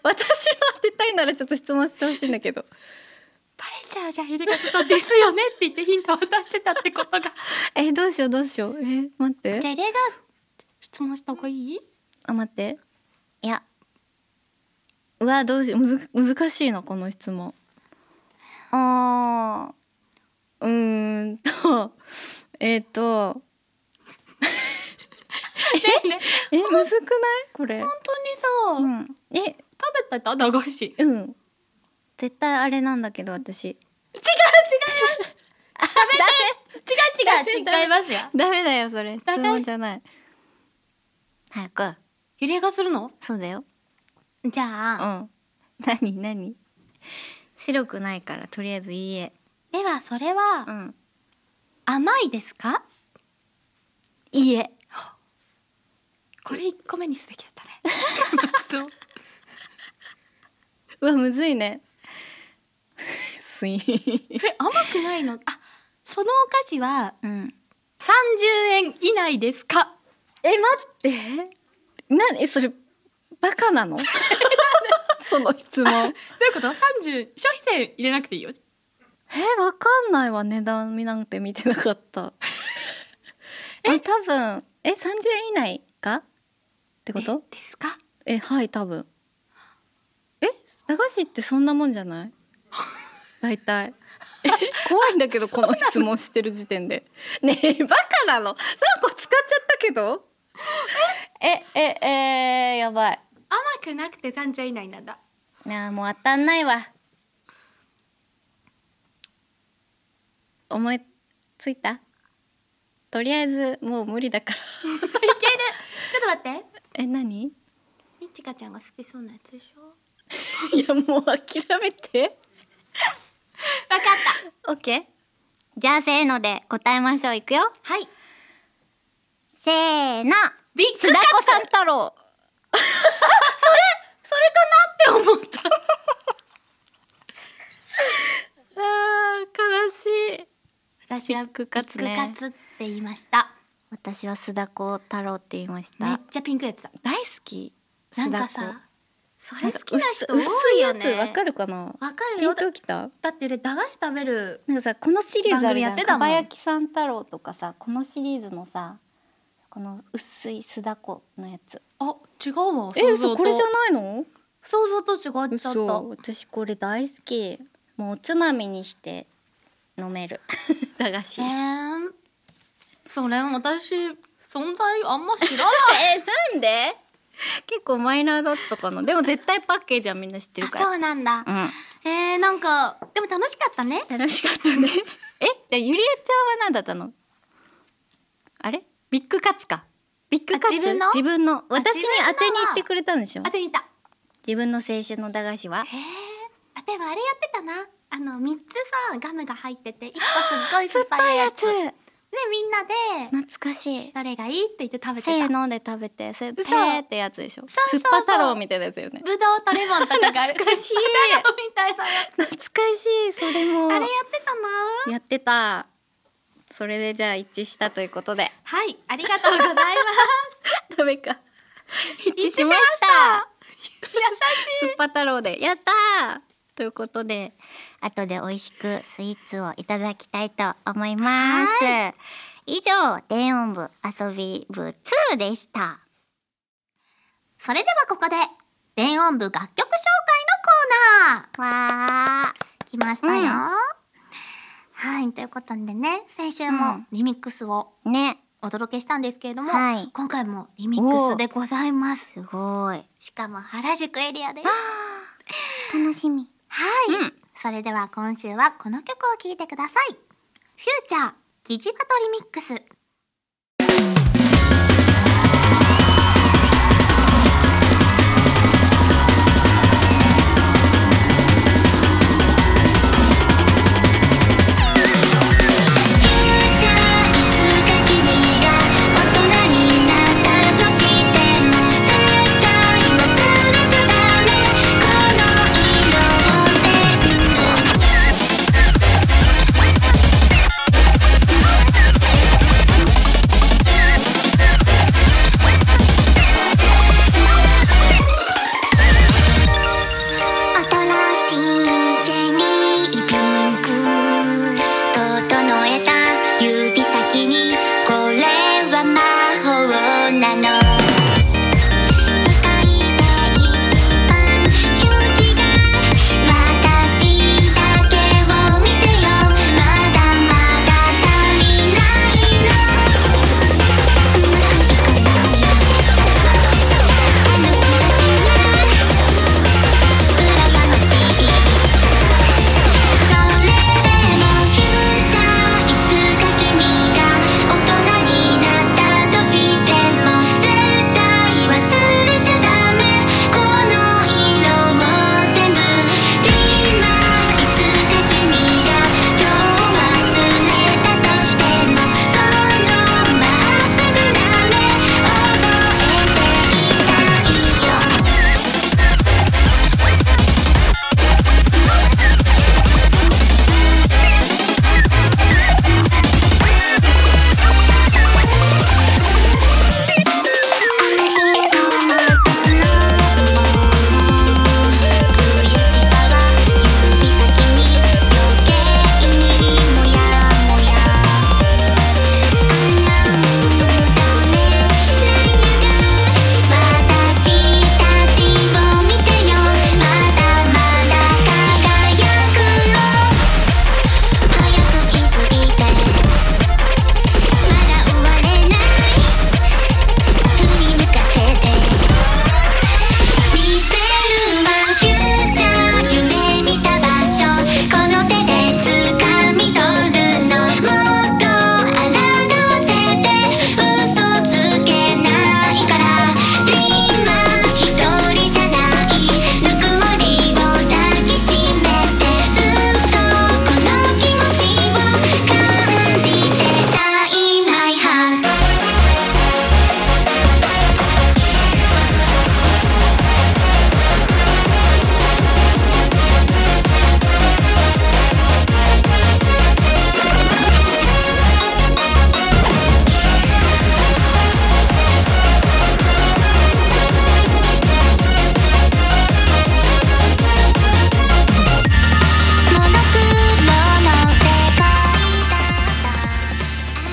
[SPEAKER 2] 私の当てたいならちょっと質問してほしいんだけど
[SPEAKER 1] バレちゃうじゃんエルガとですよねって言ってヒント渡してたってこと が
[SPEAKER 2] えどうしようどうしようえ待って
[SPEAKER 8] じゃあレ
[SPEAKER 1] 質問した方がいい
[SPEAKER 2] あ待って
[SPEAKER 8] いや
[SPEAKER 2] うわどうしようむず難しいなこの質問あーうーんと えっ、とええむずくないこれ
[SPEAKER 1] 本当にさ、
[SPEAKER 2] うんえ
[SPEAKER 1] 食べてた駄菓子 違う違う
[SPEAKER 2] うん絶対あれなんだけど私
[SPEAKER 1] 違う違いますよ
[SPEAKER 2] ダメだよそれ質
[SPEAKER 1] 高い
[SPEAKER 2] 問じゃない
[SPEAKER 8] 早く
[SPEAKER 1] ゆりえがするの
[SPEAKER 8] そうだよ
[SPEAKER 1] じゃ
[SPEAKER 2] う
[SPEAKER 1] あ、
[SPEAKER 2] ん何何
[SPEAKER 8] 白くないからとりあえずいいえ
[SPEAKER 1] ではそれは、
[SPEAKER 2] ん
[SPEAKER 1] 甘いですか
[SPEAKER 2] いいえ
[SPEAKER 1] これ1個目にすべきだったね
[SPEAKER 2] うわむずいねすい
[SPEAKER 1] え甘くないのあそのお菓子は
[SPEAKER 2] うん
[SPEAKER 1] 30円以内ですか
[SPEAKER 2] え待ってなえそれバカ なのその質問
[SPEAKER 1] どういうこと30消費税入れなくていいよ
[SPEAKER 2] えわかんないわ値段見なんて見てなかったえ多分え30円以内かってこと
[SPEAKER 1] ですか
[SPEAKER 2] えはい多分え駄菓子ってそんなもんじゃ ない大体え 怖いんだ けどこの質問してる時点で ねえバカなの3個使っちゃったけどええええーやばい
[SPEAKER 1] 甘くなくて30円以内なんだ
[SPEAKER 2] なあもう当たんないわ思いついたとりあえずもう無理だから
[SPEAKER 1] ちょっと待って
[SPEAKER 2] え何い
[SPEAKER 1] みちかちゃんが好きそうなやつでしょ
[SPEAKER 2] やもう諦めて
[SPEAKER 1] わかっ
[SPEAKER 2] オッケー
[SPEAKER 8] じゃあせーので答えましょういくよ
[SPEAKER 1] たはい
[SPEAKER 8] せーの
[SPEAKER 1] ビッグ
[SPEAKER 8] 津田子さん太郎
[SPEAKER 1] それかなって 思った
[SPEAKER 2] あー悲しい
[SPEAKER 1] 私は
[SPEAKER 2] クカツね
[SPEAKER 1] ビッグカツって言いました
[SPEAKER 8] 私は須田子太郎って言いまし
[SPEAKER 1] めったちゃピンクやつだ
[SPEAKER 2] 大好き
[SPEAKER 1] な
[SPEAKER 2] 須
[SPEAKER 1] ん
[SPEAKER 2] 田
[SPEAKER 1] か
[SPEAKER 2] 子
[SPEAKER 1] さそ
[SPEAKER 2] な
[SPEAKER 1] れ
[SPEAKER 2] ん
[SPEAKER 1] 好
[SPEAKER 2] か
[SPEAKER 1] きな人
[SPEAKER 2] 薄
[SPEAKER 1] 多いよ
[SPEAKER 2] 薄いやつわ
[SPEAKER 1] ね
[SPEAKER 2] かるかな
[SPEAKER 1] わかる
[SPEAKER 2] ピ
[SPEAKER 1] よ
[SPEAKER 2] ン
[SPEAKER 1] だ
[SPEAKER 2] ときた
[SPEAKER 1] だって俺駄菓子食べる
[SPEAKER 2] なんかさこのシリーズあるじゃ
[SPEAKER 1] 番組やっ
[SPEAKER 2] ん
[SPEAKER 1] てたもん
[SPEAKER 2] かばやきさん太郎とかさこのシリーズのさこの薄い須田子のやつ
[SPEAKER 1] あ違うわ
[SPEAKER 2] え嘘これじゃないの
[SPEAKER 1] 想像と違っちゃった
[SPEAKER 2] 嘘私これ大好きもうおつまみにして飲める 駄菓子
[SPEAKER 1] えー、それ私存在あんま知らない
[SPEAKER 2] なんで結構マイナーだったかなでも絶対パッケージはみんな知ってる
[SPEAKER 1] あ
[SPEAKER 2] から
[SPEAKER 1] そうなんだ
[SPEAKER 2] うん
[SPEAKER 1] えー、なんかでも楽しかったね
[SPEAKER 2] 楽しかったね えじゃあゆりえちゃんは何だったのあれビッグカツかビッグカツ
[SPEAKER 1] あ自分の
[SPEAKER 2] 自分の私に
[SPEAKER 1] 自分のは
[SPEAKER 2] 当てに行ってくれたんでしょ
[SPEAKER 1] 当てにいた
[SPEAKER 2] 自分の青春の駄菓子は
[SPEAKER 1] えー、あでもあれやってたなあの3つさガムが入ってて1個すっごい酸っぱいやつでみんなで
[SPEAKER 2] 懐かしい
[SPEAKER 1] どれがいいって言って食べてた
[SPEAKER 2] せーので食べてそれペ
[SPEAKER 1] 嘘
[SPEAKER 2] ーってやつでしょ
[SPEAKER 1] そうそ
[SPEAKER 2] 酸
[SPEAKER 1] う
[SPEAKER 2] っ
[SPEAKER 1] そう
[SPEAKER 2] ぱ太郎みたいなやつよね
[SPEAKER 1] ぶどうとレモンとかがある
[SPEAKER 2] 懐かしい
[SPEAKER 1] 酸っぱいの みたいなやつ
[SPEAKER 2] 懐かしいそれも
[SPEAKER 1] あれやってたな
[SPEAKER 2] やってたそれでじゃあ一致したということで
[SPEAKER 1] はいありがとうございます
[SPEAKER 2] ダメか
[SPEAKER 1] 一
[SPEAKER 2] 致しました
[SPEAKER 1] 優
[SPEAKER 2] 酸
[SPEAKER 1] し
[SPEAKER 2] っ
[SPEAKER 1] い
[SPEAKER 2] ぱ太郎でやったーということで
[SPEAKER 8] 後で美味しくスイーツをいただきたいと思います以上電音部 遊び部2でした
[SPEAKER 1] それではここで電音部楽曲紹介のコーナー
[SPEAKER 8] わー
[SPEAKER 1] 来ましたよ、
[SPEAKER 8] うん
[SPEAKER 1] はいということでね先週もリミックスを
[SPEAKER 8] ね
[SPEAKER 1] お届けしたんですけれども、
[SPEAKER 8] はい
[SPEAKER 1] 今回もリミックスでございます
[SPEAKER 8] すごい
[SPEAKER 1] しかも原宿エリアで す
[SPEAKER 8] 楽しみ
[SPEAKER 1] はい、それでは今週はこの曲を聴いてくださいフューチャーキジバトリミックス
[SPEAKER 9] 「いつか君が大人に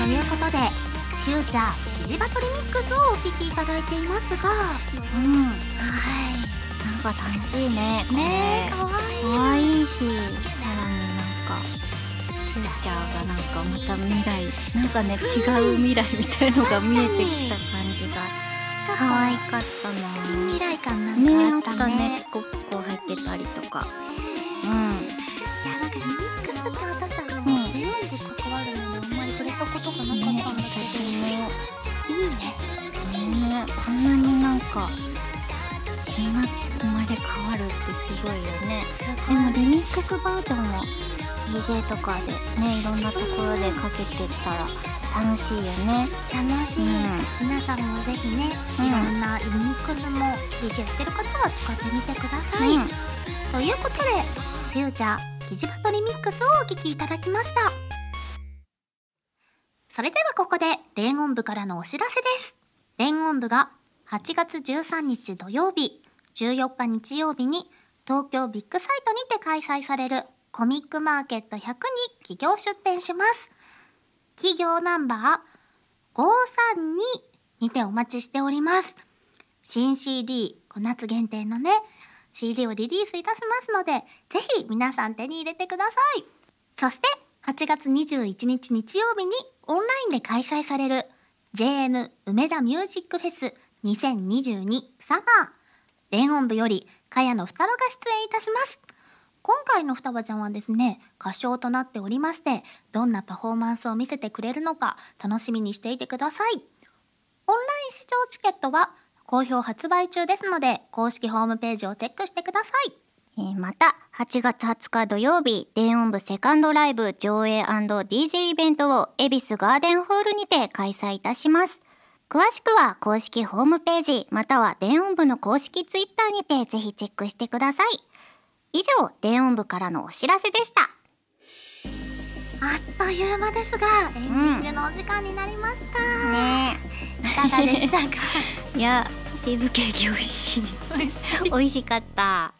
[SPEAKER 1] フューチャーキジバトリミックスをお聴きいただいていますが、うん、はい。
[SPEAKER 2] なんか楽しいねこれ
[SPEAKER 1] ねえ、かわいい。
[SPEAKER 2] 可愛いしさらになんかフューチャーがなんかまた未来なんかね違う未来みたいのが見えてきた感じ
[SPEAKER 1] ち
[SPEAKER 2] が
[SPEAKER 1] ょっと
[SPEAKER 2] 可愛かったな
[SPEAKER 1] 近未来感なん
[SPEAKER 2] ね
[SPEAKER 1] か
[SPEAKER 2] あ
[SPEAKER 1] あ
[SPEAKER 2] っ
[SPEAKER 1] ったたね。
[SPEAKER 2] ねポッコ入ってたりとかう
[SPEAKER 1] い
[SPEAKER 2] ん
[SPEAKER 1] や、なんかリミックスって私はあの、
[SPEAKER 2] うん
[SPEAKER 1] レオンに関わるのにあんまり触れたことがなかったん
[SPEAKER 2] ね
[SPEAKER 1] だけど、
[SPEAKER 2] 私も
[SPEAKER 1] いいね。
[SPEAKER 2] ねこんなになんかそんな生まれ変わるってすごいよねでもリミックスバージョンも DJ とかでねいろんなところでかけてったら楽しいよね
[SPEAKER 1] 楽しい、皆さんもぜひね、
[SPEAKER 2] うん
[SPEAKER 1] いろんなリミックスも DJ やってる方は使ってみてください、
[SPEAKER 2] うん
[SPEAKER 1] ということでフューチャーキジバトリミックスをお聞きいただきましたそれではここで伝音部からのお知らせです伝音部が8月13日土曜日14日日曜日に東京ビッグサイトにて開催されるコミックマーケット100に企業出展します企業ナンバー532にてお待ちしております新 CD こ夏限定のね CD をリリースいたしますのでぜひ皆さん手に入れてくださいそして8月21日日曜日にオンラインで開催される JM 梅田ミュージックフェス2022サマー連音部より茅野双葉が出演いたします今回の双葉ちゃんはですね歌唱となっておりましてどんなパフォーマンスを見せてくれるのか楽しみにしていてくださいオンライン視聴チケットは好評発売中ですので、公式ホームページをチェックしてください。
[SPEAKER 2] えーまた8月20日土曜日電音部セカンドライブ上映 &DJ イベントを恵比寿ガーデンホールにて開催いたします詳しくは公式ホームページまたは電音部の公式ツイッターにてぜひチェックしてください以上電音部からのお知らせでした
[SPEAKER 1] あっという間ですが、エンディングのお時間になりました。
[SPEAKER 2] ね
[SPEAKER 1] いかがでしたか
[SPEAKER 2] えいやチーズケーキ美味しい 美味しかった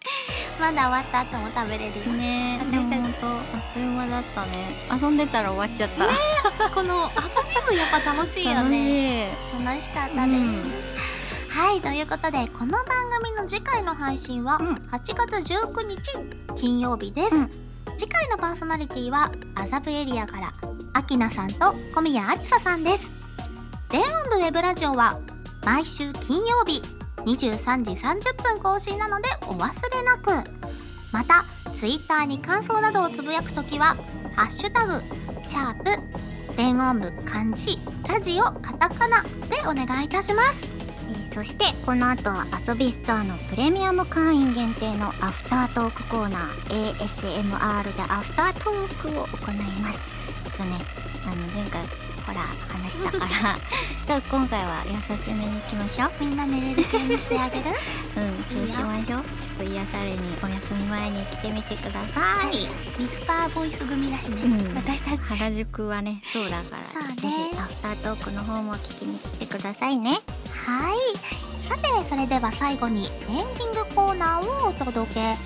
[SPEAKER 1] まだ終わった後も食べれるよ。
[SPEAKER 2] ねえでも本当あっという間だったね遊んでたら終わっちゃった、
[SPEAKER 1] この遊びもやっぱ楽しいよ
[SPEAKER 2] 楽
[SPEAKER 1] ね。
[SPEAKER 2] しい
[SPEAKER 1] 楽しかったです。はい、ということで、この番組の次回の配信は、
[SPEAKER 2] うん
[SPEAKER 1] 8月19日金曜日です。
[SPEAKER 2] うん
[SPEAKER 1] 次回のパーソナリティは、麻布エリアから、アキナさんと小宮ありささんです。全音部ウェブラジオは、毎週金曜日、23時30分更新なのでお忘れなく。また、ツイッターに感想などをつぶやくときは、ハッシュタグ、シャープ、電音部漢字、ラジオ、カタカナでお願いいたします。
[SPEAKER 2] えーそしてこの後は遊びスターのプレミアム会員限定のアフタートークコーナー ASMR でアフタートークを行いますちょっとねあの前回ほら話した からちょっと今回は優しめにいきましょう
[SPEAKER 1] みんな寝れる系にしてあげ る
[SPEAKER 2] うんそうしましょうちょっと癒されにお休み前に来てみてください、
[SPEAKER 1] ミスパーボイス組だしね、
[SPEAKER 2] うん
[SPEAKER 1] 私たち
[SPEAKER 2] 原宿はねそうだか
[SPEAKER 1] そう
[SPEAKER 2] ら、
[SPEAKER 1] ね
[SPEAKER 2] ぜひアフタートークの方も聞きに来てくださいね
[SPEAKER 1] はいさてそれでは最後にエンディングコーナーをお届け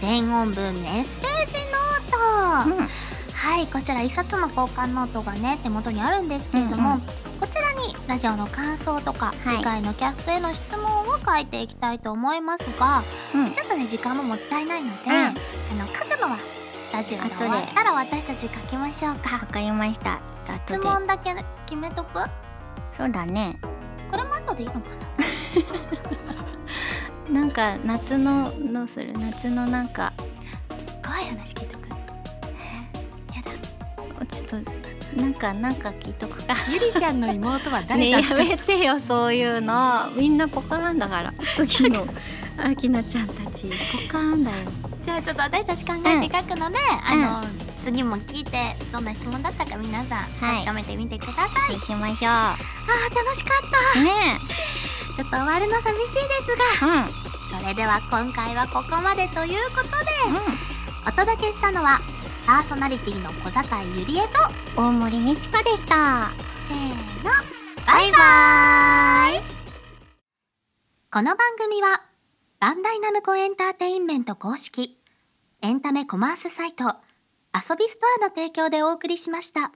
[SPEAKER 1] 全音文メッセージノート、
[SPEAKER 2] うん
[SPEAKER 1] はいこちら一冊の交換ノートがね手元にあるんですけれど
[SPEAKER 2] う
[SPEAKER 1] も、
[SPEAKER 2] んうん
[SPEAKER 1] こちらにラジオの感想とか、
[SPEAKER 2] い
[SPEAKER 1] 次回のキャストへの質問を書いていきたいと思いますが、
[SPEAKER 2] うん
[SPEAKER 1] ちょっとね時間ももったいないので、
[SPEAKER 2] ん
[SPEAKER 1] あの書くのはラジオが終わったら私たち書きましょうか
[SPEAKER 2] わかりました
[SPEAKER 1] 質
[SPEAKER 2] 後で
[SPEAKER 1] 問だけ決めとくこ
[SPEAKER 2] そうだね
[SPEAKER 1] れも後でいいのか
[SPEAKER 2] なんか夏のどうする夏のなんか
[SPEAKER 1] な怖い話聞いとくやだ
[SPEAKER 2] ちょっとなんかなんか聞いとくか
[SPEAKER 10] ゆりちゃんの妹は
[SPEAKER 2] ね
[SPEAKER 10] 誰
[SPEAKER 2] え
[SPEAKER 10] だ
[SPEAKER 2] や
[SPEAKER 10] っけ、
[SPEAKER 2] めてよそういうのみんなポカーンだから次 のあきなちゃんたちポカーンだよ
[SPEAKER 1] じゃあちょっと私たち考えて書くので、あの、次も聞いてどんな質問だったか皆さん
[SPEAKER 2] はい
[SPEAKER 1] 確かめてみてください、
[SPEAKER 2] そうしましょ
[SPEAKER 1] あー楽しかっ
[SPEAKER 2] うね
[SPEAKER 1] たちょっと終わるの寂しいです
[SPEAKER 2] えうん
[SPEAKER 1] がそれでは今回はここまでということで
[SPEAKER 2] う
[SPEAKER 1] お届けしたのはパーソナリティの小坂井ゆりえと
[SPEAKER 2] ん大森にちかでした
[SPEAKER 1] せーのバイバーイこの番組はバンダイナムコエンターテインメント公式エンタメコマースサイト遊びストアの提供でお送りしました。